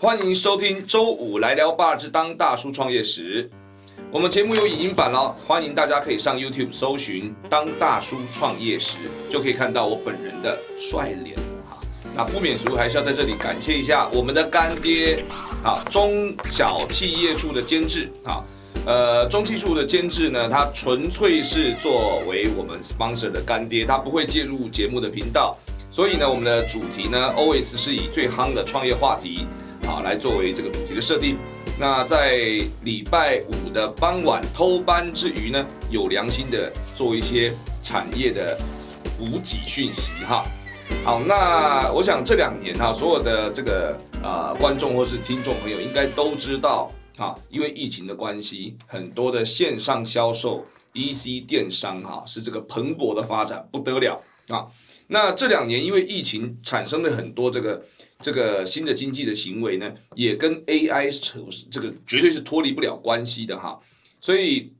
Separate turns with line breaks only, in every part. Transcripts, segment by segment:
欢迎收听周五来聊吧之当大叔创业时。我们节目有影音版了，欢迎大家可以上 YouTube 搜寻“当大叔创业时”，就可以看到我本人的帅脸啊。那不免俗，还是要在这里感谢一下我们的干爹啊，中小企业处的监制啊。呃，中汽处的监制呢，他纯粹是作为我们 sponsor 的干爹，他不会介入节目的频道，所以呢，我们的主题呢，always 是以最夯的创业话题啊来作为这个主题的设定。那在礼拜五的傍晚偷班之余呢，有良心的做一些产业的补给讯息哈。好，那我想这两年哈、所有的这个呃观众或是听众朋友应该都知道啊，因为疫情的关系，很多的线上销售、EC 电商哈、是这个蓬勃的发展，不得了啊。那这两年因为疫情产生了很多这个这个新的经济的行为呢，也跟 AI 扯这个绝对是脱离不了关系的哈。所以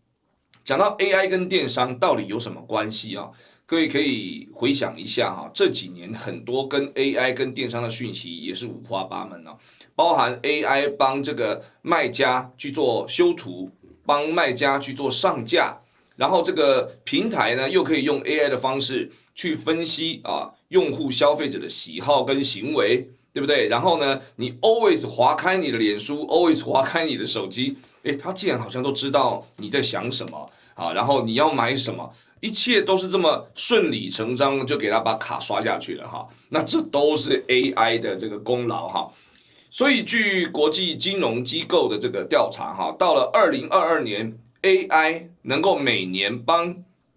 讲到 AI 跟电商到底有什么关系啊？各位可以回想一下哈、这几年很多跟 AI 跟电商的讯息也是五花八门哦、包含 AI 帮这个卖家去做修图，帮卖家去做上架，然后这个平台呢又可以用 AI 的方式去分析啊用户消费者的喜好跟行为，对不对？然后呢，你 always 划开你的脸书，always 划开你的手机，诶，他竟然好像都知道你在想什么啊，然后你要买什么。一切都是这么顺理成章，就给他把卡刷下去了哈。那这都是 AI 的这个功劳哈。所以，据国际金融机构的这个调查，哈，到了二零二二年，AI 能够每年帮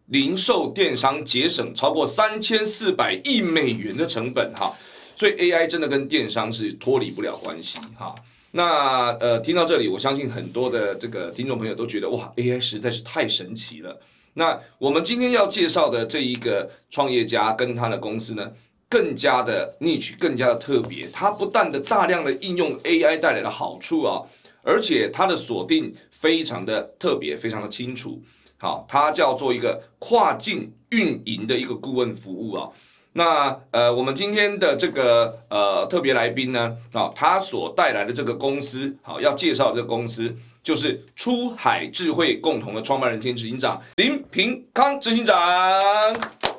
零售电商节省超过三千四百亿美元的成本，哈，所以 AI 真的跟电商是脱离不了关系，哈。那呃，听到这里，我相信很多的这个听众朋友都觉得，哇，AI 实在是太神奇了。那我们今天要介绍的这一个创业家跟他的公司呢，更加的 niche，更加的特别。它不但的大量的应用 AI 带来的好处啊，而且它的锁定非常的特别，非常的清楚。好，它叫做一个跨境运营的一个顾问服务啊。那呃，我们今天的这个呃特别来宾呢，啊、他所带来的这个公司，好、要介绍这个公司，就是出海智慧共同的创办人兼执行长林平康执行长。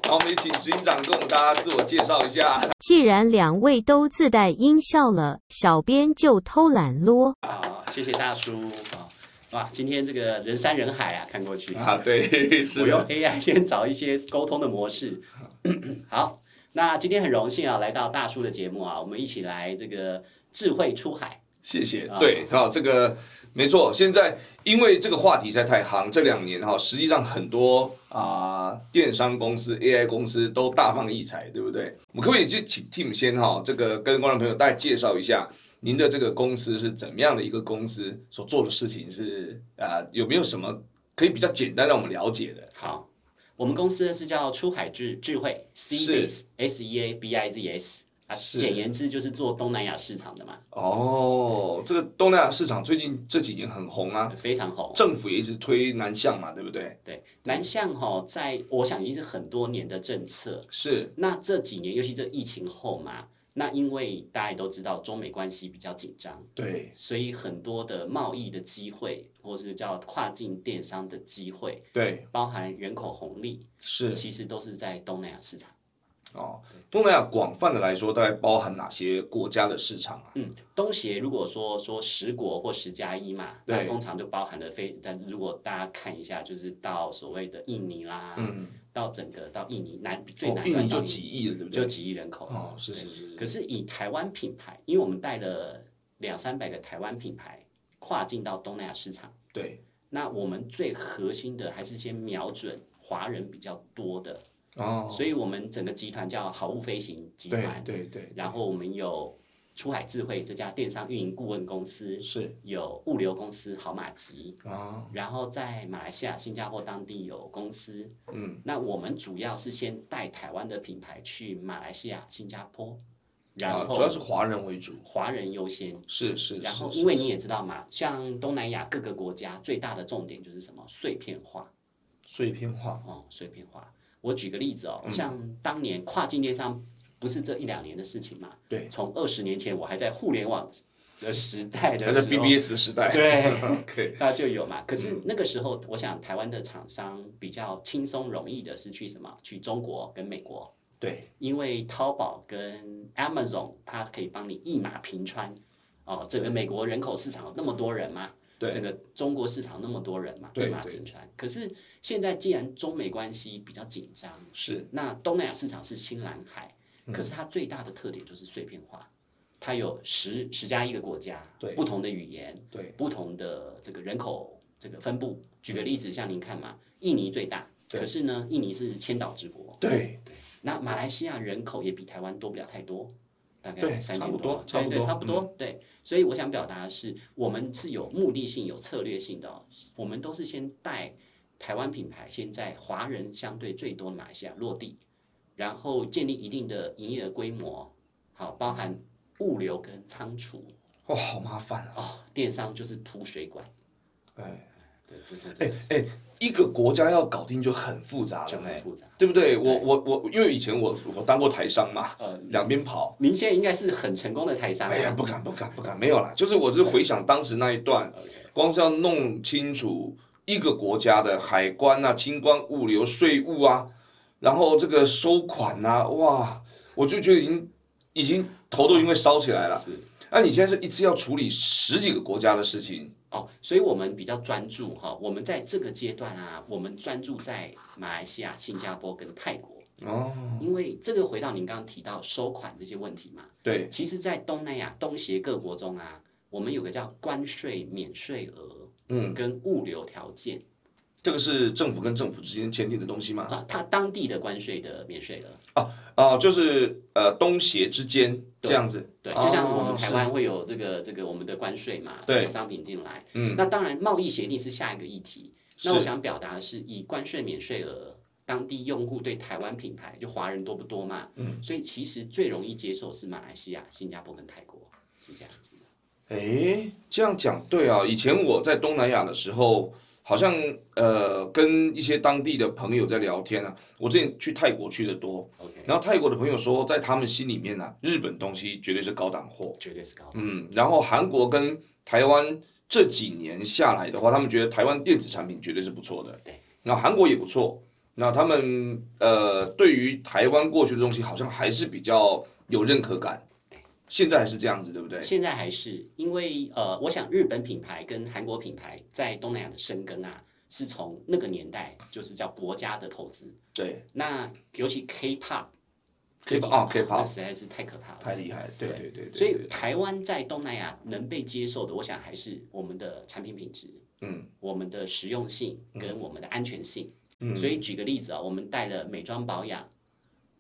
好，我们也请执行长跟我们大家自我介绍一下。
既然两位都自带音效了，小编就偷懒咯。
啊，谢谢大叔啊！哇，今天这个人山人海啊，看过去，
啊，对，是
我用
的，
AI 先找一些沟通的模式。 好，那今天很荣幸啊，来到大叔的节目啊，我们一起来这个智慧出海。
谢谢
啊。
对，好、这个没错。现在因为这个话题实在太夯，这两年哈、实际上很多啊、电商公司、AI 公司都大放异彩，对不对？我们可不可以就请 Tim 先哈、这个跟观众朋友大概介绍一下您的这个公司是怎么样的一个公司，所做的事情是啊、有没有什么可以比较简单让我们了解的？
好，我们公司呢是叫出海智智慧 CBIS S E A B I Z S 啊，
是
简言之就是做东南亚市场的嘛，
哦，这个东南亚市场最近这几年很红啊，
非常红。
政府也一直推南向嘛，对不对？
对，南向哈、在我想已经是很多年的政策，
是
那这几年，尤其这疫情后嘛，那因为大家也都知道中美关系比较紧张，
对
所以很多的贸易的机会，或是叫跨境电商的机会，
对
包含人口红利，
是
其实都是在东南亚市场。
哦，东南亚广泛的来说，大概包含哪些国家的市场啊？
嗯，东协如果说说十国或十加一嘛，那
对
通常就包含了非，但如果大家看一下，就是到所谓的印尼啦，
嗯，
到整个到印尼南最
哦，
南
印
端
尼
到
就几亿了，对不
就
对？
几亿人口
哦，是
对
是是
可
是，
是以台湾品牌，因为我们带了两三百个台湾品牌跨境到东南亚市场，
对，
那我们最核心的还是先瞄准华人比较多的，
哦，
所以我们整个集团叫好物飞行集
对
团，
对对，
然后我们有出海智慧这家电商运营顾问公司，
是
有物流公司好马吉。
啊，
然后在马来西亚、新加坡当地有公司，
嗯，
那我们主要是先带台湾的品牌去马来西亚、新加坡，然
啊
后
主要是华人为主，
华人优先。
是是
然后，
是，
因为你也知道嘛，像东南亚各个国家最大的重点就是什么碎片化
碎片化，
哦，碎片化。我举个例子
嗯
哦，像当年跨境电商不是这一两年的事情嘛？
对
从二十年前我还在互联网的时代的
还在
时候
BBS 时代。
对
，OK，
那就有嘛。可
嗯
是那个时候，我想台湾的厂商比较轻松容易的是去什么？去中国跟美国，
对，
因为淘宝跟 Amazon 它可以帮你一马平川。哦，整个美国人口市场有那么多人吗？
嗯对
整个中国市场那么多人嘛，
对
一马
对
平川。可是现在既然中美关系比较紧张，
是
那东南亚市场是新蓝海，
嗯
可是它最大的特点就是碎片化，它有十十加一个国家，
对
不同的语言，
对
不同的这个人口这个分布。举个例子，像您看嘛，印尼最大，
对
可是呢，印尼是千岛之国，
对
那马来西亚人口也比台湾多不了太多，大概
对
三
差
千
不多嗯
万
差不
对对，
多
差不多，对。所以我想表达的是，我们是有目的性、有策略性的、哦，我们都是先带台湾品牌，先在华人相对最多的马来西亚落地，然后建立一定的营业额规模，好，包含物流跟仓储
哇，好麻烦啊！
哦，电商就是铺水管，
哎
对，这这
哎
这
哎，一个国家要搞定就很复杂
就
了哎
很
呢，
复杂。
对不对？我我我，因为以前我我当过台商嘛，
呃，
两边跑。
您现在应该是很成功的台商，
哎呀，不敢不敢不敢，没有啦，就是我是回想当时那一段，光是要弄清楚一个国家的海关啊、清关、物流、税务啊，然后这个收款啊，哇，我就觉得已经已经头都已经快烧起来了。
是。
那、你现在是一次要处理十几个国家的事情，
哦，所以我们比较专注哈、我们在这个阶段啊，我们专注在马来西亚、新加坡跟泰国，
哦，
因为这个回到您刚刚提到收款这些问题嘛，
对，
其实，在东南亚东协各国中啊，我们有个叫关税免税额，
嗯，
跟物流条件
这个是政府跟政府之间签订的东西吗？
啊，它当地的关税的免税额，
哦、就是呃东协之间这样子，
对，就像我
哦
们台
是
湾会有这个这个我们的关税嘛，
对
什么商品进来，
嗯
那当然贸易协定是下一个议题。那我
是
想表达的是，以关税免税额，当地用户对台湾品牌就华人多不多嘛，嗯，所以其实最容易接受是马来西亚、新加坡跟泰国是这样子的，
诶，这样讲对啊。以前我在东南亚的时候，好像呃跟一些当地的朋友在聊天啊。我之前去泰国去的多，
OK
然后泰国的朋友说，在他们心里面啊，日本东西绝对是高档货。
绝对是高的，
嗯，然后韩国跟台湾这几年下来的话，他们觉得台湾电子产品绝对是不错的。
对，
那韩国也不错。那他们呃，对于台湾过去的东西，好像还是比较有认可感。现在还是这样子，对不对？
现在还是因为呃，我想日本品牌跟韩国品牌在东南亚的深耕啊，是从那个年代就是叫国家的投资，
对
那尤其 K-pop。
，K-pop 啊
那
，K-pop
实在是太可怕了，
太厉害了，对对对对，
所以
对
台湾在东南亚能被接受的，我想还是我们的产品品质、
嗯
我们的实用性跟我们的安全性。
嗯，
所以举个例子啊、我们带了美妆保养、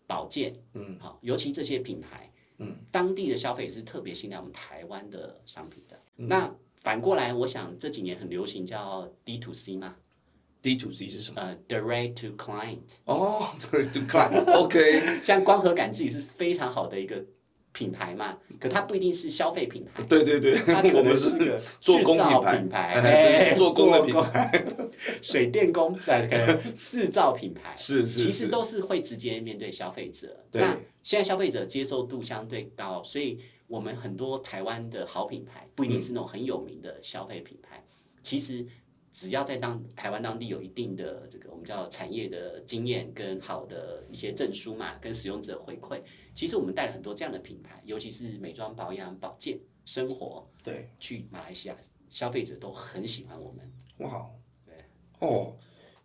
保健，
嗯
好，尤其这些品牌，
嗯，
当地的消费者是特别信赖我们台湾的商品的。
嗯
那反过来，我想这几年很流行叫 D to C 嘛，
D to C 是什么？
呃，Direct to Client，
哦， 对，to client，OK，
像光合感自己是非常好的一个品牌嘛，可它不一定是消费品牌。
对对对
它可，
我
能
们
是
是
个
做工
制造
牌，
品牌
哎
哎
对做工的
做
品
工
牌，
水电 工呃，可能制造品牌
是是
其
是
实都是会直接面对消费者。
对
那现在消费者接受度相对高，所以我们很多台湾的好品牌不一定是那种很有名的消费品牌，其实只要在当台湾当地有一定的这个我们叫产业的经验跟好的一些证书嘛，跟使用者回馈，其实我们带了很多这样的品牌，尤其是美妆保养、保健、生活，
对，
去马来西亚消费者都很喜欢我们。
哇
对，
哦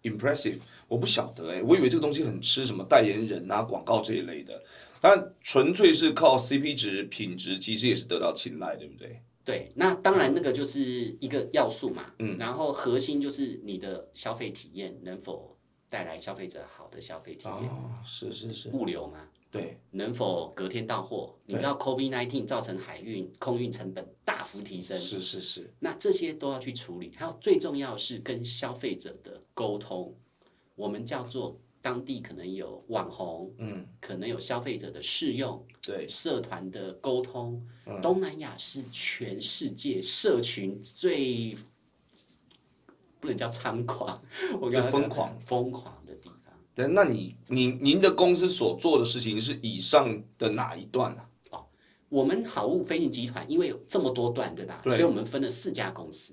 ，impressive，我不晓得哎，我以为这个东西很吃什么代言人啊、广告这一类的，但纯粹是靠 CP 值、品质，其实也是得到青睐，对不对？
对，那当然那个就是一个要素嘛，嗯，然后核心就是你的消费体验能否带来消费者好的消费体验，
哦，是是是，
物流嘛，
对，
能否隔天到货？你知道 COVID 1 9造成海运、空运成本大幅提升，
是是是，
那这些都要去处理。还有最重要是跟消费者的沟通，我们叫做当地可能有网红，
嗯，
可能有消费者的试用，
对，
社团的沟通，
嗯
东南亚是全世界社群最不能叫猖狂， 我
最
刚刚
疯狂
疯狂的地方。
但那你您您的公司所做的事情是以上的哪一段啊？
我们好物飞行集团因为有这么多段，对吧？
对
所以我们分了四家公司，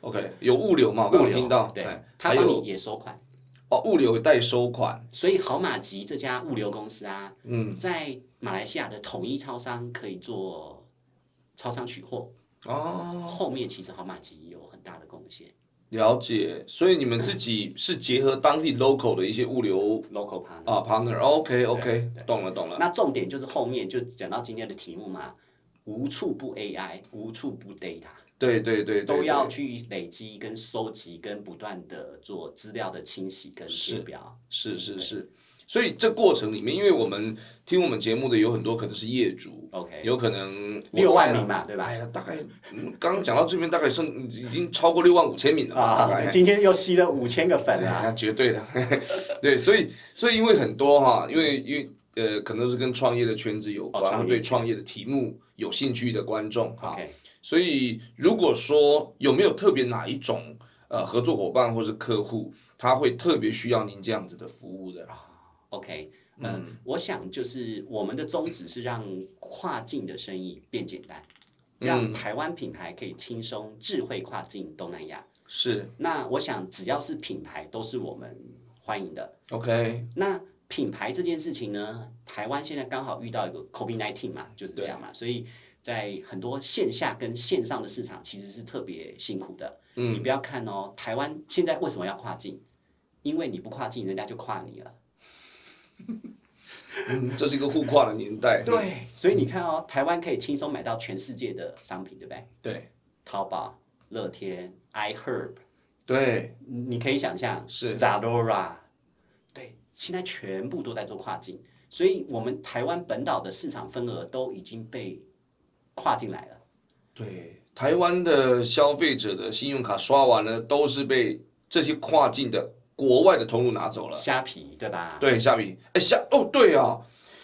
OK，有物流嘛？我刚
物
刚
流
听到，
对
哎，
他
还
帮你
有
也收款。
哦，物流有代收款，
所以好马吉这家物流公司啊，
嗯，
在马来西亚的统一超商可以做超商取货，
哦，
后面其实好马吉有很大的贡献
了解。所以你们自己是结合当地 local 的一些物流
，local partner。
啊 partner，OK OK，
对
懂了懂了。
那重点就是后面就讲到今天的题目嘛，无处不 AI，无处不 data，
对对对，对
都要
对
去累积跟收集跟不断的做资料的清洗跟
是
列表。
是是是。所以这过程里面，因为我们听我们节目的有很多可能是业主，
OK，
有可能我
六万
猜啦
名嘛，对吧
哎？呀，大概嗯刚刚讲到这边，大概剩已经超过六万五千名了吧大概
啊，今天又吸了五千个粉
哎
啊
那，绝对的， 对，所以所以因为很多哈，因为因为呃，可能是跟创业的圈子有
哦
关，
创业
或对创业的题目有兴趣的观众哈
OK
所以如果说有没有特别哪一种呃合作伙伴或是客户，他会特别需要您这样子的服务的，
啊 OK，嗯，我想就是我们的宗旨是让跨境的生意变简单，
嗯
让台湾品牌可以轻松智慧跨境东南亚。
是
那我想只要是品牌都是我们欢迎的。
OK，
那品牌这件事情呢，台湾现在刚好遇到一个 COVID-19 嘛，就是这样嘛，所以在很多线下跟线上的市场其实是特别辛苦的。你
嗯，
不要看哦，台湾现在为什么要跨境？因为你不跨境，人家就跨你了。
嗯这是一个互跨的年代，
对，所以你看哦，台湾可以轻松买到全世界的商品，对不对？
对
淘宝、乐天、iHerb，
对，
你可以想象
是
Zalora，对，现在全部都在做跨境，所以我们台湾本岛的市场份额都已经被跨进来了。
对，台湾的消费者的信用卡刷完了，都是被这些跨境的国外的通路拿走了。
虾皮对吧？
呃对，虾皮，哎虾哦，对啊，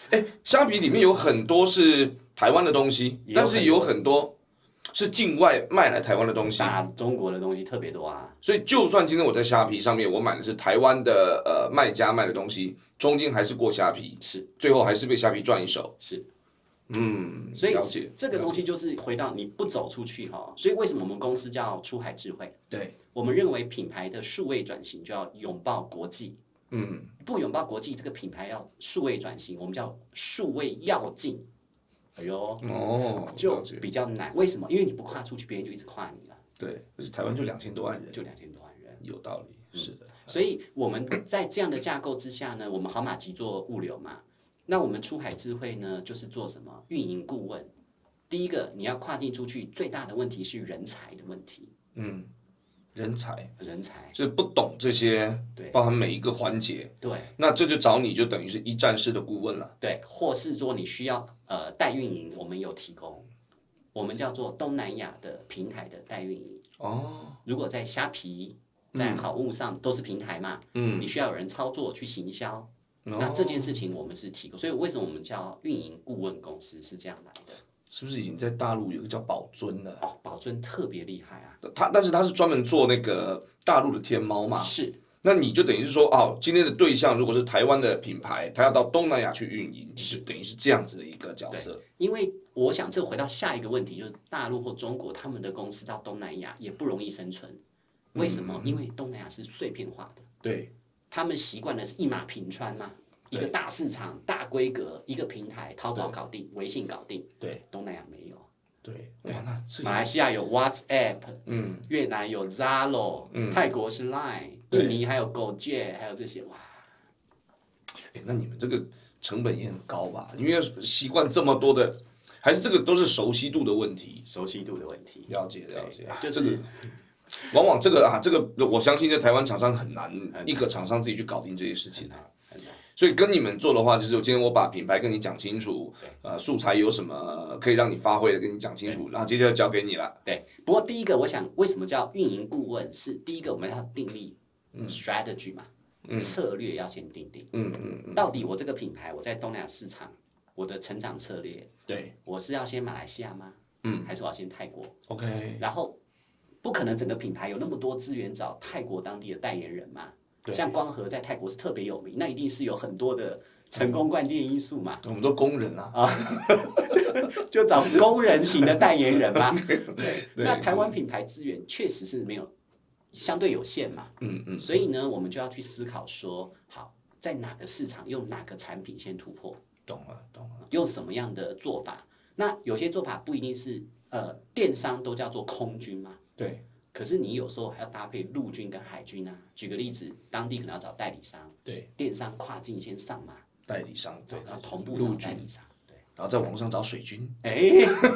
哎虾皮里面有很多是台湾的东西，
也有
但是有很多是境外卖来台湾的东西。
打中国的东西特别多啊，
所以，就算今天我在虾皮上面我买的是台湾的呃卖家卖的东西，中间还是过虾皮，
是
最后还是被虾皮赚一手。
是，
嗯，
所以
了解
这个
了
东
解
西就是回到你不走出去哈、哦，所以为什么我们公司叫出海智慧？
对，
我们认为品牌的数位转型就要拥抱国际，
嗯，
不拥抱国际，这个品牌要数位转型，我们叫数位要进。哎呦，
哦，
就
了解
比较嗯难。为什么？因为你不跨出去，别人就一直跨你了，
对，嗯哦可是台湾就两千多万人，
就两千多万人。
有道理，是的。
所以我们在这样的架构之下呢，我们好马吉做物流嘛，那我们出海智慧呢，就是做什么运营顾问。第一个，你要跨境出去，最大的问题是人才的问题，
嗯，人才
人才
就是不懂这些，
对
包含每一个环节，
对。
那这就找你就等于是一站式的顾问了。
对，或是说你需要呃代运营，我们有提供，我们叫做东南亚的平台的代运营。
哦，
如果在虾皮、在好物上都是平台嘛，
嗯，
你需要有人操作去行销，那
那
这件事情我们是提供。所以为什么我们叫运营顾问公司是这样来的？
是不是已经在大陆有个叫宝尊的？
哦，宝尊特别厉害啊！
他但是他是专门做那个大陆的天猫嘛，
是
那你就等于是说哦，今天的对象如果是台湾的品牌，他要到东南亚去运营，就等于是这样子的一个角色。
因为我想这回到下一个问题，就是大陆或中国他们的公司到东南亚也不容易生存，为什
嗯
么？因为东南亚是碎片化的。
对，
他们习惯的是一马平川嘛，一
对
个大市场、大规格、一个平台，淘宝搞定，微信搞定。
对，
东南亚没有，
对，哇，那这
马来西亚有 WhatsApp，
嗯，
越南有 Zalo，、泰国是 Line，
对
印尼还有 Gojek，还有这些哇，
哎，那你们这个成本也很高吧？因为习惯这么多的，还是这个都是熟悉度的问题。
熟悉度的问题。
了解了解，啊
就
这个
是
往往这个啊，这个我相信在台湾厂商很难
难
一个厂商自己去搞定这些事情啊。
很难
所以跟你们做的话，就是今天我把品牌跟你讲清楚，呃，素材有什么可以让你发挥的，跟你讲清楚，然后接下来交给你了。
对，不过第一个，我想为什么叫运营顾问是第一个，我们要定立嗯 strategy 嘛，策略要先定定。
嗯嗯，
到底我这个品牌，我在东南亚市场，我的成长策略
对
我是要先马来西亚吗？嗯，还是我要先泰国？
，OK，
然后不可能整个品牌有那么多资源找泰国当地的代言人嘛？
对嗯
像光和在泰国是特别有名，那一定是有很多的成功关键因素嘛。
我们都工人啊，
就找工人型的代言人嘛。对，
对
那台湾品牌资源确实是没有相对有限嘛，
嗯嗯，
所以呢，我们就要去思考说，好，在哪个市场用哪个产品先突破，
懂了懂了，
用什么样的做法？那有些做法不一定是呃，电商都叫做空军嘛，
对，
可是你有时候还要搭配陆军跟海军啊。举个例子，当地可能要找代理商，
对，
电商跨境先上嘛，
代理商对，
然后同步找代理商。对，
然后在网络上找水军，
哎，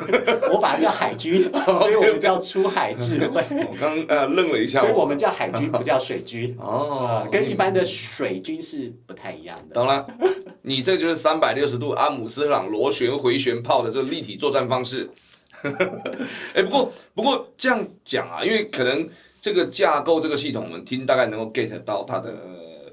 我把它叫海军，所以我们叫出海 智慧，
我刚呃愣了一下，
所以我们叫海军，不叫水军。
哦
呃，，跟一般的水军是不太一样的。
懂了，你这就是三百六十度阿姆斯特朗螺旋回旋炮的这立体作战方式。 哎、不过不过这样讲啊，因为可能这个架构这个系统，我们听大概能够 get 到它的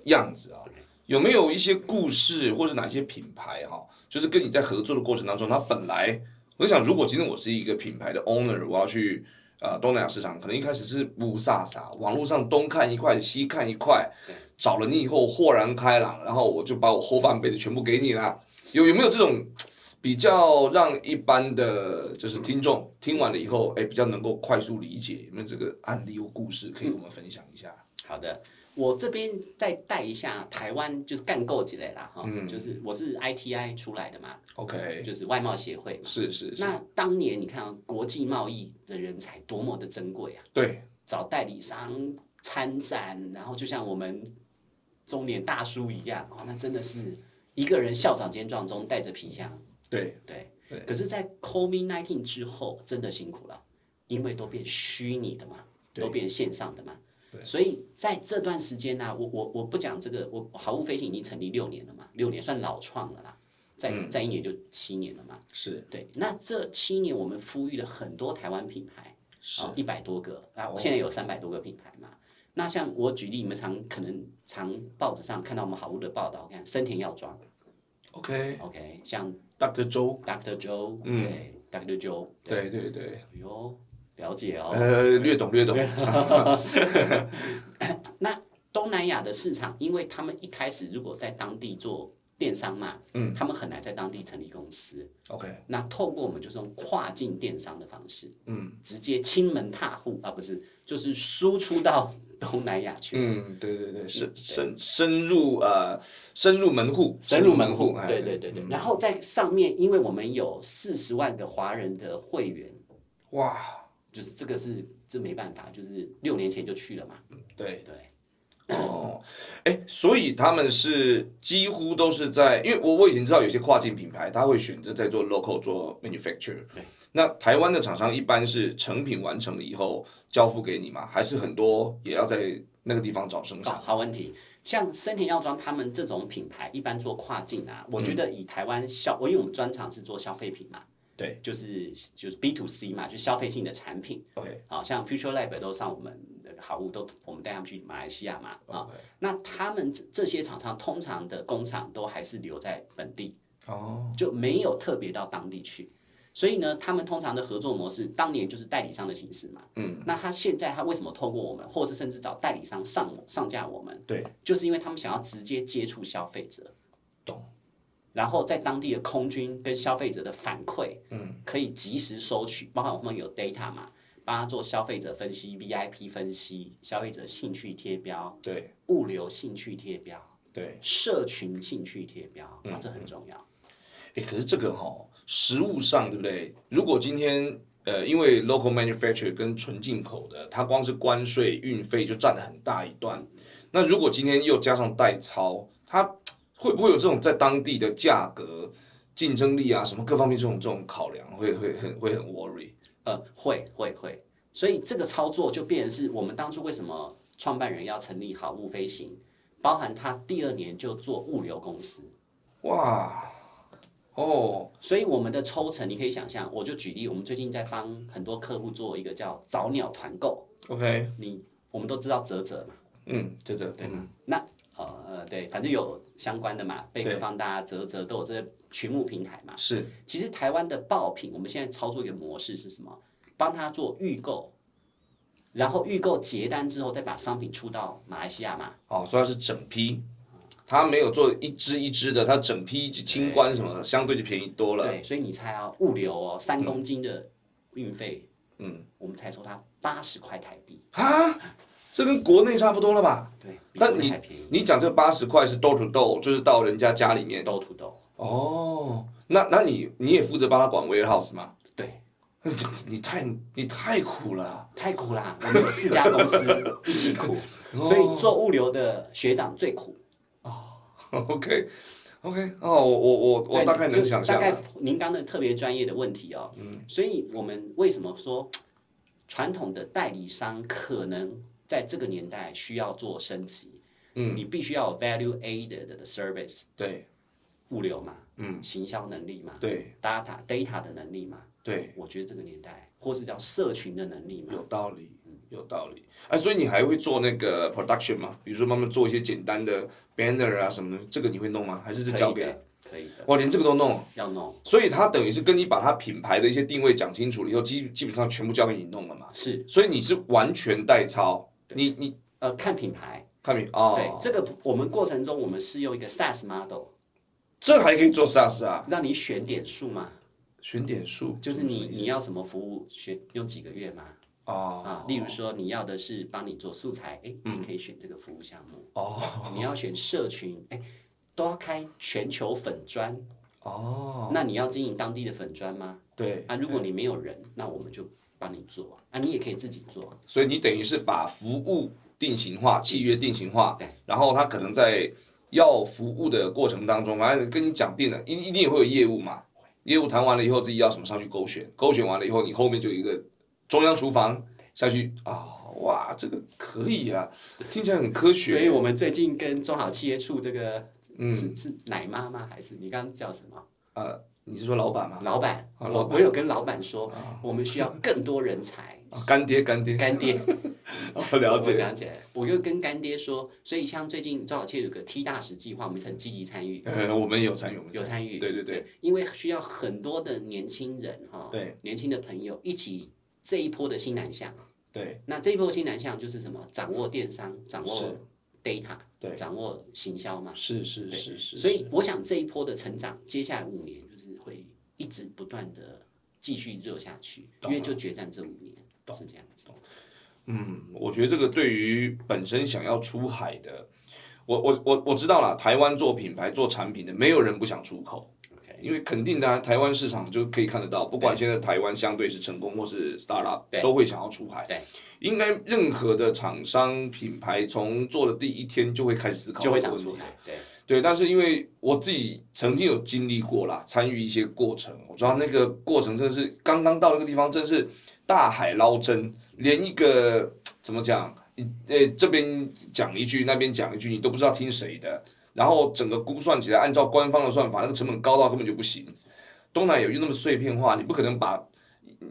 样子啊。有没有一些故事，或是哪些品牌哈、就是跟你在合作的过程当中，它本来我就想，如果今天我是一个品牌的 owner，我要去呃东南亚市场，可能一开始是乌撒撒，网络上东看一块西看一块，找了你以后豁然开朗，然后我就把我后半辈子全部给你啦。有有没有这种比较让一般的就是听众听完了以后，哎，比较能够快速理解？有没有这个案例或故事可以跟我们分享一下？
好的，我这边再带一下台湾，就是干够之类啦哈，
嗯
就是我是 ITI 出来的嘛，
OK，
就是外贸协会嘛。
是是是，
那当年你看、啊、国际贸易的人才多么的珍贵啊，
对，
找代理商参展，然后就像我们中年大叔一样，哦，那真的是一个人校长兼撞钟，带着皮箱，
对
对。
对
可是，在 COVID 1 9之后，真的辛苦了，因为都变虚拟的嘛，
对
都变线上的嘛。所以在这段时间呢、啊我我我不讲这个，我我好物飞行已经成立六年了嘛，六年算老创了啦，再
嗯
再一年就七年了嘛。
是
对，那这七年我们孵育了很多台湾品牌，哦
是哦
一百多个，啊，现在有三百多个品牌嘛。那像我举例，你们常可能常报纸上看到我们好物的报道，看森田药妆
OK，Dr.
，OK，像
周，
Dr. Joe，
嗯
对，Dr. Joe，
对对对，
哎呦，了解哦。
呃，略懂略懂，
那东南亚的市场，因为他们一开始如果在当地做电商嘛，
嗯
他们很难在当地成立公司。
OK，
那透过我们就是用跨境电商的方式，
嗯
直接亲门踏户啊，不是，就是输出到东南亚去，
嗯，对对对，深深深入呃，深入门户，
深入门户。
哎
嗯对对对对，然后在上面，因为我们有四十万个华人的会员，
哇，
就是这个是这没办法，就是六年前就去了嘛，
对，
对，
哦，哎，所以他们是几乎都是在，因为我我已经知道有些跨境品牌，他会选择在做 local 做 manufacture。
对，
那台湾的厂商一般是成品完成了以后交付给你嘛，还是很多也要在那个地方找生
好，
哦
产？
好问题。像森田药妆他们这种品牌，一般做跨境啊，我觉得以台湾消，我因为我们专长是做消费品嘛，
对，
就是就是 B to C 嘛，就消费性的产品。
OK
好像 Future Lab 都上我们那个好物都，我们带他们去马来西亚嘛
哦
啊、那他们这这些厂商通常的工厂都还是留在本地，
哦，
就没有特别到当地去。所以呢，他们通常的合作模式，当年就是代理商的形式嘛。
嗯，
那他现在他为什么透过我们，或是甚至找代理商上上架我们？
对，
就是因为他们想要直接接触消费者，
懂。
然后在当地的空军跟消费者的反馈，嗯，可以及时收取，包括我们有 data 嘛，帮他做消费者分析、VIP 分析、消费者兴趣贴标、
对
物流兴趣贴标、
对，
社群兴趣贴标，啊，这很重要。
哎，可是这个哈、实物上对不对？如果今天呃，因为 local manufacture 跟纯进口的，它光是关税、运费就占了很大一段。那如果今天又加上代操，它会不会有这种在当地的价格、竞争力啊，什么各方面这种这种考量，会会很会很 worry？
呃，会会会，所以这个操作就变成是我们当初为什么创办人要成立好物飞行，包含他第二年就做物流公司，
哇，哦，
所以我们的抽成你可以想象，我就举例，我们最近在帮很多客户做一个叫早鸟团购，
OK，
你我们都知道泽泽嘛，
嗯，这这对
嗯，那呃呃对，反正有相关的嘛，贝
对
壳放大、泽泽都有这些群募平台嘛。
是
其实台湾的爆品，我们现在操作一个模式是什么？帮他做预购，然后预购结单之后，再把商品出到马来西亚嘛。
哦，所以它是整批它没有做一支一支的，它整批清关什么的，相对就便宜多了。
对，所以你猜啊，物流哦，三公斤的运费，嗯，我们才收它八十块台币，
啊，这跟国内差不多了吧？
对，比
但
国内
你
还便宜，
你讲这八十块是 door to door，就是到人家家里面。
豆土豆，
哦，那那你你也负责帮他管 warehouse 吗？
对，
你太你太苦了，
太苦啦，我们有四家公司一起苦，
啊
所以做物流的学长最苦，
OK OK 哦，我我我
所
我
以
大概能
就是
想象啊嗯
大概
了，
您刚的特别专业的问题哦，所以我们为什么说传统的代理商可能在这个年代需要做升级？嗯，你必须要有 value added 的 service，
对
物流嘛，嗯，行销能力嘛，
对
，data data 的能力嘛，
对，
我觉得这个年代，或是叫社群的能力嘛
有，道理有道理。哎，所以你还会做那个 production 吗？比如说慢慢做一些简单的 banner 啊什么的，这个你会弄吗？还是
可
是
以
交给
的？，可以的，
哇，连这个都弄，啊
要弄
所以他等于是跟你把他品牌的一些定位讲清楚了以后，基基本上全部交给你弄了嘛。
是
所以你是完全代操，你你
呃看品牌，
看明哦，
对这个我们过程中我们是用一个 SaaS model
这还可以做 SaaS 啊，
让你选点数嘛，
选点数
就是你你要什么服务选用几个月嘛
嗯哦嗯
啊，例如说你要的是帮你做素材，哎，你可以选这个服务项目，
哦
你要选社群，哎，都要开全球粉砖，
哦，
那你要经营当地的粉砖吗？
对，
啊，如果你没有人，那我们就帮你做啊，你也可以自己做，
所以你等于是把服务定型化，契约定型化，
对，
然后他可能在要服务的过程当中，反正跟你讲定了，一一定也会有业务嘛，业务谈完了以后，自己要什么上去勾选，勾选完了以后，你后面就有一个中央厨房下去啊、哇，这个可以啊，听起来很科学，嗯
所以我们最近跟中小企业处这个，是是奶妈吗？还是你刚刚叫什么？
呃，你是说老板吗？
老板，
啊老
我我有跟老板说，我们需要更多人才。
啊干爹，干爹，
干爹，
哦 了
我
解，
想起来，我又跟干爹说，所以像最近中小企业有个 T 大使计划，我们是很积极参与，
呃，我们有参与，我们
有参与，
对对对，
因为需要很多的年轻人哈，
对，
年轻的朋友一起这一波的新南向。
对，
那这一波新南向就是什么？掌握电商，掌握
是
data，
对
掌握行销嘛。
是是
对
是是，
所以
是
我想这一波的成长，接下来五年就是会一直不断的继续热下去，因为就决战这五年是这样子。
嗯我觉得这个对于本身想要出海的，我我我我知道了，台湾做品牌做产品的，没有人不想出口。
OK，
因为肯定的、啊，台湾市场就可以看得到，不管现在台湾相对是成功或是 startup，
对
都会想要出海。
对，
应该任何的厂商品牌从做的第一天就会开始思考
就会
这个
想
问
出
题了
来。对，
对，但是因为我自己曾经有经历过啦，参与一些过程，我知道那个过程真的是刚刚到那个地方，真是大海捞针，连一个怎么讲，呃，这边讲一句，那边讲一句，你都不知道听谁的，然后整个估算起来，按照官方的算法，那个成本高到根本就不行。东南亚又那么碎片化，你不可能把。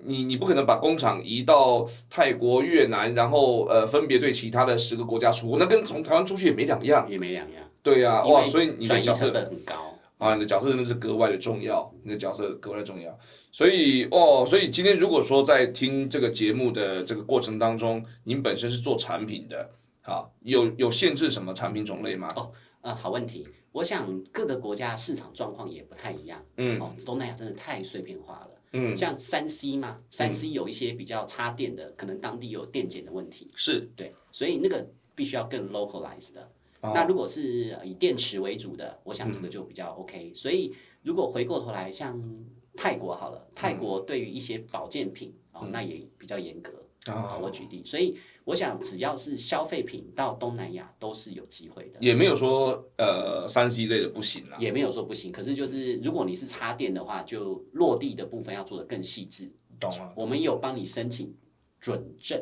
你你不可能把工厂移到泰国、越南，然后呃分别对其他的十个国家出货，那跟从台湾出去也没两样。
也没两样。
对呀、
因为
啊哇，所以你的
转移
角
成
色
本很高，
啊，你的角色真的是格外的重要，你的角色格外的重要。所以哦，所以今天如果说在听这个节目的这个过程当中，您本身是做产品的，啊，有有限制什么产品种类吗？
呃，好问题。我想各个国家市场状况也不太一样。
嗯
哦，东南亚真的太碎片化了。
嗯，
像三 C 嘛，三 C 有一些比较插电的，可能当地有电检的问题。
是
对，所以那个必须要更 localized 的。
哦嗯
那如果是呃以电池为主的，我想这个就比较 OK。所以如果回过头来，像泰国好了，泰
嗯
国对于一些保健品哦，那也比较严格啊。
啊，
我举例，所以我想只要是消费品到东南亚都是有机会的，
也没有说呃三 C 类的不行啊啦。
也没有说不行。可是就是如果你是插电的话，就落地的部分要做得更细致。
懂了，
我们有帮你申请准证。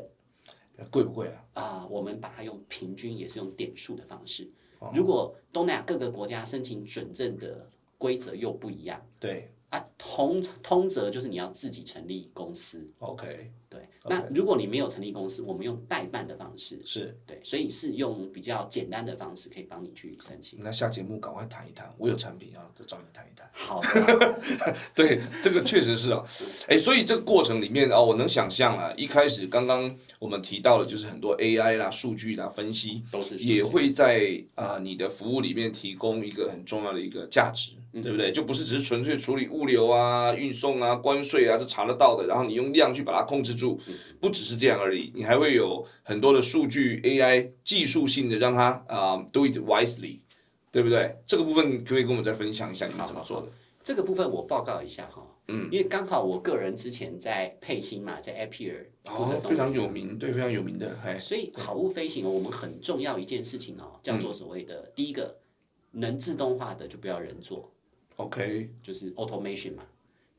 贵不贵啊？
啊、我们把它用平均，也是用点数的方式。
哦
如果东南亚各个国家申请准证的规则又不一样
对，
啊，通通则就是你要自己成立公司，
，OK，
对。那
OK
如果你没有成立公司，我们用代办的方式，
是。
对，所以是用比较简单的方式可以帮你去申请。
那下节目赶快谈一谈，我有产品啊，就找你谈一谈。
好的，
对，这个确实是啊，哎，所以这个过程里面啊、我能想象啊，一开始刚刚我们提到的就是很多 AI 啦、数据啦、分析，
都是
也会在啊、呃你的服务里面提供一个很重要的一个价值，
嗯
对不对？就不是只是纯粹处理物流啊、运送啊、关税啊，这查得到的，然后你用量去把它控制住，
嗯
不只是这样而已，你还会有很多的数据 AI 技术性的让它啊、do it wisely，对不对？这个部分可不可以跟我们再分享一下你们怎么做的？
这个部分我报告一下哈，嗯，因为刚好我个人之前在配星嘛，在 Appier 负责
哦，
东
非常有名，对，非常有名的，哎，
所以好物飞行，我们很重要一件事情哦，叫
嗯
做所谓的、第一个，能自动化的就不要人做，
OK，
就是 automation 嘛。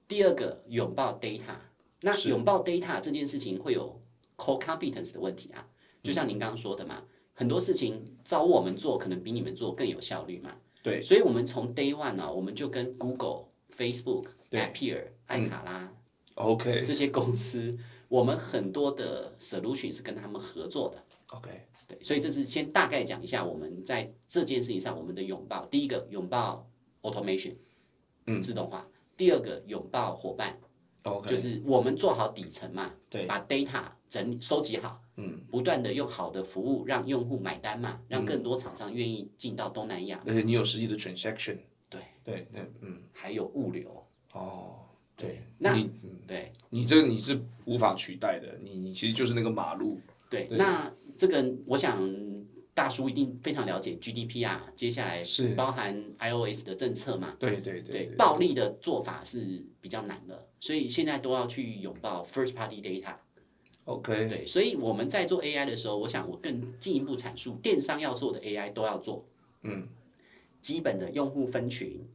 第二个，拥抱 data。那
是
拥抱 data 这件事情会有 core competence 的问题啊，就像您刚刚说的嘛，很多事情照我们做，可能比你们做更有效率嘛。
对
所以我们从 day one 呢、我们就跟 Google、Facebook、
对嗯
Appier、艾卡拉、
，OK，
这些公司，我们很多的 solution 是跟他们合作的。
OK，
对，所以这是先大概讲一下我们在这件事情上我们的拥抱。第一个拥抱 automation，
嗯
自动化；第二个拥抱伙伴，
OK，
就是我们做好底层嘛，
对
把 data 整理收集好，
嗯，
不断的用好的服务让用户买单嘛，让更多厂商愿意进到东南亚，
而且你有实际的 transaction，
对，
对对，嗯，
还有物流，
哦，对，
那
你嗯
对
你这个你是无法取代的，你你其实就是那个马路，
对。
对
那这个我想大叔一定非常了解 GDP 啊，接下来
是
包含 iOS 的政策嘛，
对对
对
对，
暴力的做法是比较难的，所以现在都要去拥抱 first party data。
，OK，
对，所以我们在做 AI 的时候，我想我更进一步阐述，电商要做的 AI 都要做。嗯，基本的用户分群、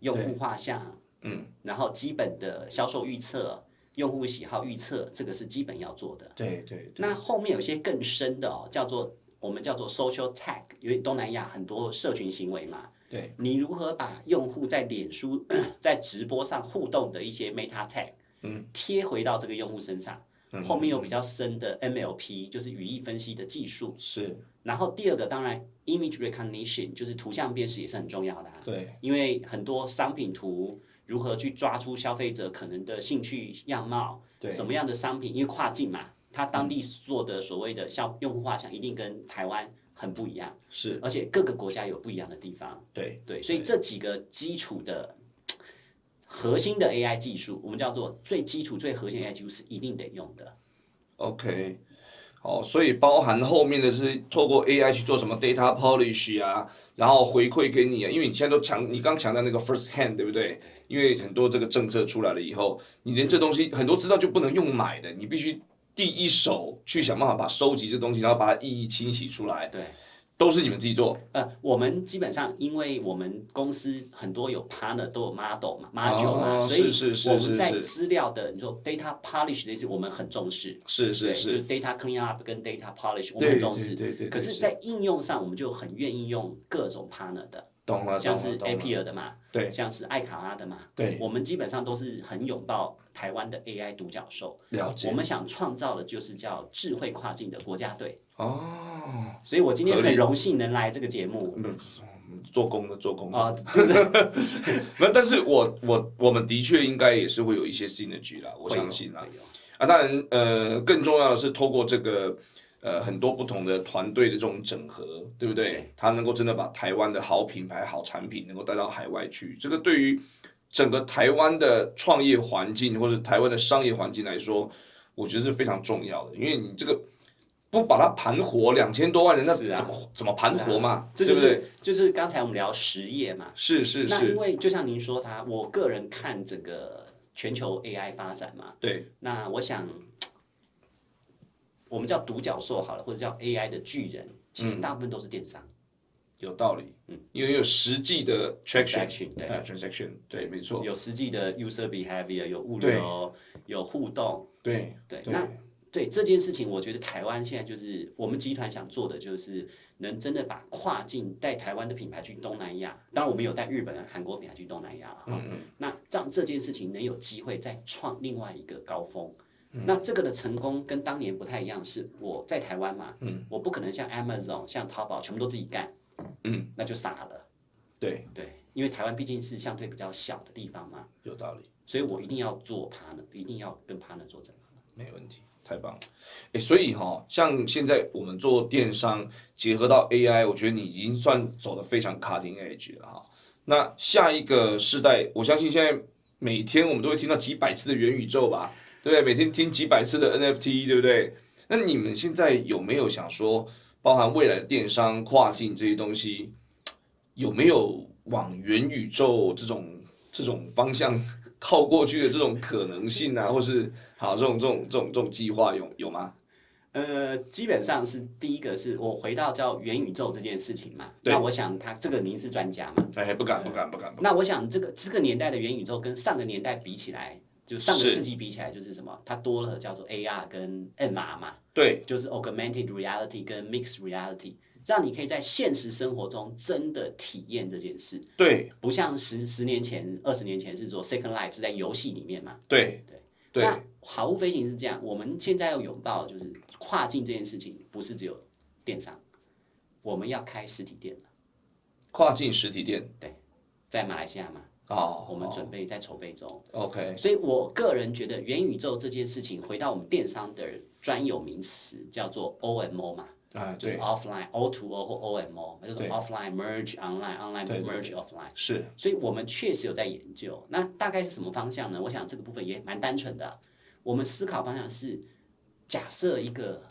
用户画像，嗯，然后基本的销售预测、用户喜好预测，这个是基本要做的。
对对对，
那后面有些更深的哦，叫做我们叫做 social tag，因为东南亚很多社群行为嘛。
对，
你如何把用户在脸书 在直播上互动的一些 meta tag，嗯，贴回到这个用户身上？
嗯
后面有比较深的 NLP，就是语义分析的技术。
是，
然后第二个当然 image recognition，就是图像辨识也是很重要的、啊。
对，
因为很多商品图如何去抓出消费者可能的兴趣样貌，
对嗯
什么样的商品，因为跨境嘛，它当地做的所谓的消用户画像一定跟台湾很不一样，
是，
而且各个国家有不一样的地方。
对，
对，所以这几个基础的核心的 AI 技术，我们叫做最基础、最核心的 AI 技术是一定得用的。
OK，好，所以包含后面的是透过 AI 去做什么 data polish 啊，然后回馈给你啊，因为你现在都强，你刚强调那个 first hand 对不对？因为很多这个政策出来了以后，你连这东西很多资料就不能用买的，你必须第一手去想办法把收集这东西，然后把它意义清洗出来，
对，
都是你们自己做。
呃，我们基本上因为我们公司很多有 partner 都有 model 嘛，module 嘛，
哦
所
是
以
是是
我们
是
在
是
资料的你说 data polish 这些我们很重视，
是是
对，
是
就是 data clean up 跟 data polish 我们
对
很重
对
视，
对对对
可是，
是
在应用上我们就很愿意用各种 partner 的，
懂了，啊懂
像
了，
是
懂了。
Appier 的嘛，
对
像是艾卡拉的嘛，
对
我们基本上都是很拥抱台湾的 AI 独角兽，
了解
我们想创造的就是叫智慧跨境的国家队，
哦，
所以我今天
合理嗯
很荣幸能来这个节目。
做工的做工的。
啊、就是
那但是我我我们的确应该也是会有一些 synergy 啦，我
会有
相信啦。
会有
啊，当然，呃，更重要的是透过这个呃很多不同的团队的这种整合，对不对
对？
它能够真的把台湾的好品牌、好产品能够带到海外去，这个对于整个台湾的创业环境或是台湾的商业环境来说，我觉得是非常重要的，因为你这个。不把它盘活两千多万人，那
是啊
怎么怎么盘活嘛？
这
对
就
不
是啊
对？
就是刚才我们聊实业嘛。
是是
那因
是，
为就像您说它，我个人看整个全球 AI 发展嘛，
对
那我想我们叫独角兽好了，或者叫 AI 的巨人，其
嗯
实大部分都是电商。
有道理。嗯因为有实际的
Transaction，
traction，
对
啊 transaction，对，没错，
有实际的 user behavior，有物流，有互动，
对
对，
对
那对这件事情，我觉得台湾现在就是我们集团想做的，就是能真的把跨境带台湾的品牌去东南亚，当然我们有带日本、韩国品牌去东南亚了
嗯
哈。那让这件事情能有机会再创另外一个高峰。那这个的成功跟当年不太一样，是我在台湾嘛，我不可能像 Amazon、像淘宝全部都自己干，嗯，那就傻了，
对，
对，因为台湾毕竟是相对比较小的地方嘛，
有道理，
所以我一定要做 partner，一定要跟 partner 做整合。
没问题。
太棒了，哎，所以哈、像现在我们做电商，结合到 AI，我觉得你已经算走的非常 cutting edge 了哈、那下一个世代，我相信现在每天我们都会听到几百次的元宇宙吧，对不对？每天听几百次的 NFT，对不对？那你们现在有没有想说，包含未来的电商跨境这些东西，有没有往元宇宙这种这种方向靠过去的这种可能性啊，或是好这种这种这种这种计划有有吗？
呃，基本上是第一个是我回到叫元宇宙这件事情嘛，
对
那我想他这个您是专家嘛，
哎，不敢不敢不敢不敢，
那我想这个这个年代的元宇宙跟上个年代比起来，就上个
是
世纪比起来就是什么，它多了叫做 AR 跟 MR 嘛，
对，
就是 augmented reality 跟 mixed reality，让你可以在现实生活中真的体验这件事，
对
不像十十年前、二十年前是说 Second Life 是在游戏里面嘛。
对
对
对
那好物飞行是这样，我们现在要拥抱的就是跨境这件事情，不是只有电商，我们要开实体店了，
跨境实体店
在马来西亚嘛，
哦，
我们准备在筹备中。
OK
所以我个人觉得元宇宙这件事情，回到我们电商的专有名词叫做 OMO 嘛，
啊，
就是
对
offline O to O 或 OMO，就是
对
offline merge online，online
对对
merge
对
offline。
是
所以我们确实有在研究。那大概是什么方向呢？我想这个部分也蛮单纯的。我们思考方向是，假设一个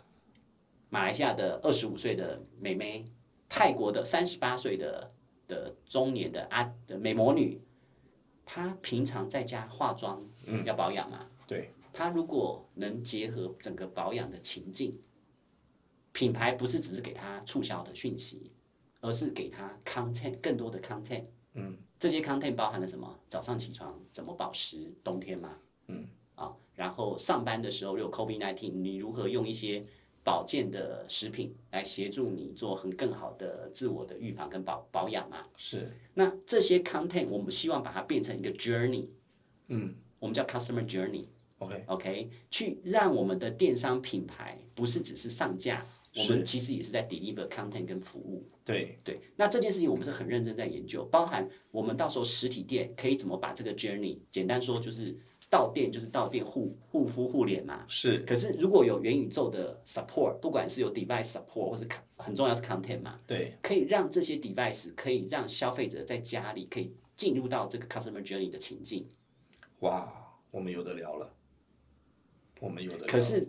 马来西亚的二十五岁的美眉，泰国的三十八岁的的中年的阿的美魔女，她平常在家化妆，要保养嘛，
对
她如果能结合整个保养的情境，品牌不是只是给她促销的讯息，而是给她 content 更多的 content。
嗯
这些 content 包含了什么？早上起床怎么保湿？冬天嘛，嗯，啊，然后上班的时候有 COVID 1 9你如何用一些保健的食品来协助你做很更好的自我的预防跟保保养嘛？
是
那这些 content 我们希望把它变成一个 journey，嗯，我们叫 customer journey。
OK，
OK，去让我们的电商品牌不是只是上架，我
是
们其实也是在 deliver content 跟服务。
对，
对，那这件事情我们是很认真在研究，包含我们到时候实体店可以怎么把这个 journey，简单说就是到店就是到店护护肤护脸嘛。
是，
可是如果有元宇宙的 support，不管是有 device support 或是 con- 很重要是 content 嘛，
对，
可以让这些 device 可以让消费者在家里可以进入到这个 customer journey 的情境。
哇，我们有的聊了，我们有的聊了。
可是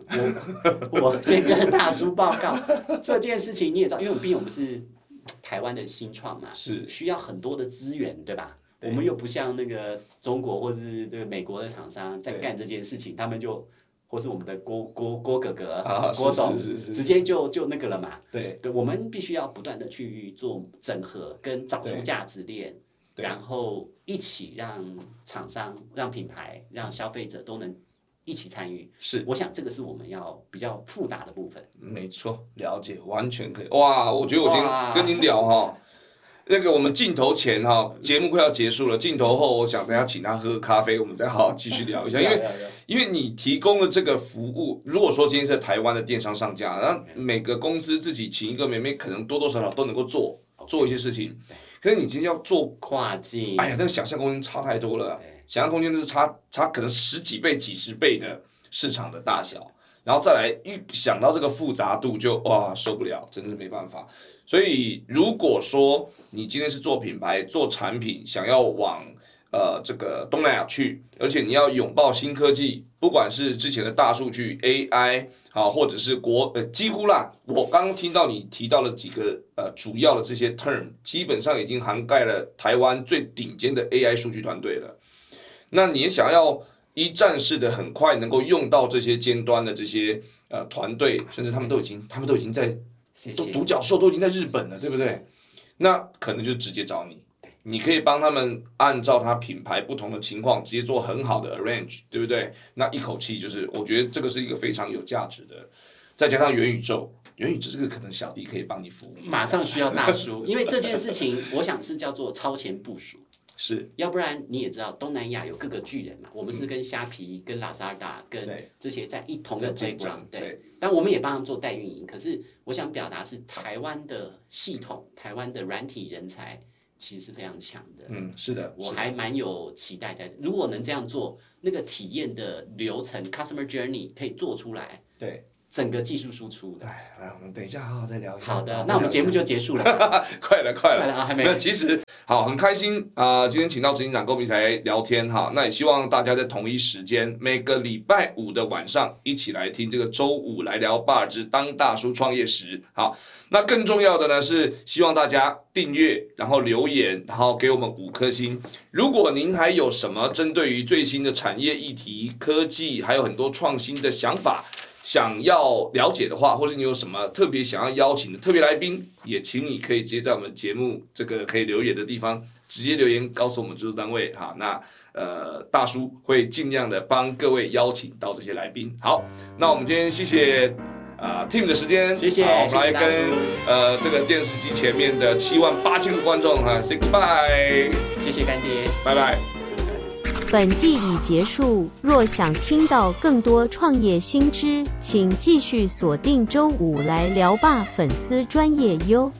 我 我先跟大叔报告这件事情，你也知道，因为我们毕竟我们是台湾的新创嘛，
是
需要很多的资源，对吧？我们又不像那个中国或是这个美国的厂商在
对
干这件事情，他们就或是我们的郭郭郭哥哥、
啊是
郭董，
是是是
直接就就那个了嘛。
对
对，我们必须要不断的去做整合，跟找出
对
价值链，
对
然后一起让厂商、让品牌、让消费者都能一起参与。
是
我想这个是我们要比较复杂的部分。
没错，了解，完全可以。哇，我觉得我今天
哇
跟您聊哈，那个我们镜头前哈，节目快要结束了，镜头后我想等一下请他喝个咖啡，我们再好好继续聊一下，因为因为你提供了这个服务，如果说今天是在台湾的电商上架，那每个公司自己请一个妹妹，可能多多少少都能够做做一些事情。可是你今天要做，
跨境，
哎呀，那个想象空间差太多了啊
对，
想象空间就是差差可能十几倍、几十倍的市场的大小，然后再来一想到这个复杂度就哇受不了，真是没办法。所以如果说你今天是做品牌、做产品，想要往呃这个东南亚去，而且你要拥抱新科技，不管是之前的大数据 AI 啊，或者是国呃几乎啦，我刚刚听到你提到了几个呃主要的这些 term，基本上已经涵盖了台湾最顶尖的 AI 数据团队了。那你也想要一站式的，很快能够用到这些尖端的这些呃团队，甚至他们都已经他们都已经在
谢
都
谢。
独角兽都已经在日本了，对不对？那可能就直接找你，你可以帮他们按照他品牌不同的情况，直接做很好的 arrange，对不对？那一口气就是，我觉得这个是一个非常有价值的。再加上元宇宙，元宇宙这个可能小弟可以帮你服务，
马上需要 大叔，因为这件事情，我想是叫做超前部署。
是
要不然你也知道，东南亚有各个巨人嘛，我们
嗯
是跟虾皮、跟拉萨达、跟
对
这些在一同的
在竞
p l
争
a 对
对，
但我们也帮他们做代运营。可是我想表达是，台湾的系统、台湾的软体人才其实是非常强的。
嗯，
是的，
我
是的
还蛮有期待在。如果能这样做，那个体验的流程 （customer journey） 可以做出来，
对。
整个技术输出的。
嗯
哎，来，我们等一下好好再聊一下。
好
好
的
好，再
那我们
聊一
节目
下
就结束 了。
快了，快了
快。了啊，还没
那。其实好，很开心啊、今天请到执行长跟我们一起来聊天哈。那也希望大家在同一时间，每个礼拜五的晚上一起来听这个周五来聊爸之当大叔创业时。好，那更重要的呢是希望大家订阅，然后留言，然后给我们五颗星。如果您还有什么针对于最新的产业议题、科技，还有很多创新的想法，想要了解的话，或是你有什么特别想要邀请的特别来宾，也请你可以直接在我们节目这个可以留言的地方直接留言，告诉我们制作单位哈。那呃，大叔会尽量的帮各位邀请到这些来宾。好，那我们今天谢谢。啊、t e a m 的时间，
谢谢
好我们来
谢谢大
跟
叔
呃这个电视机前面的七万八千个观众哈、say goodbye，
谢谢干爹。
拜拜。
本季已结束，若想听到更多创业新知，请继续锁定周五来聊吧粉丝专业哟。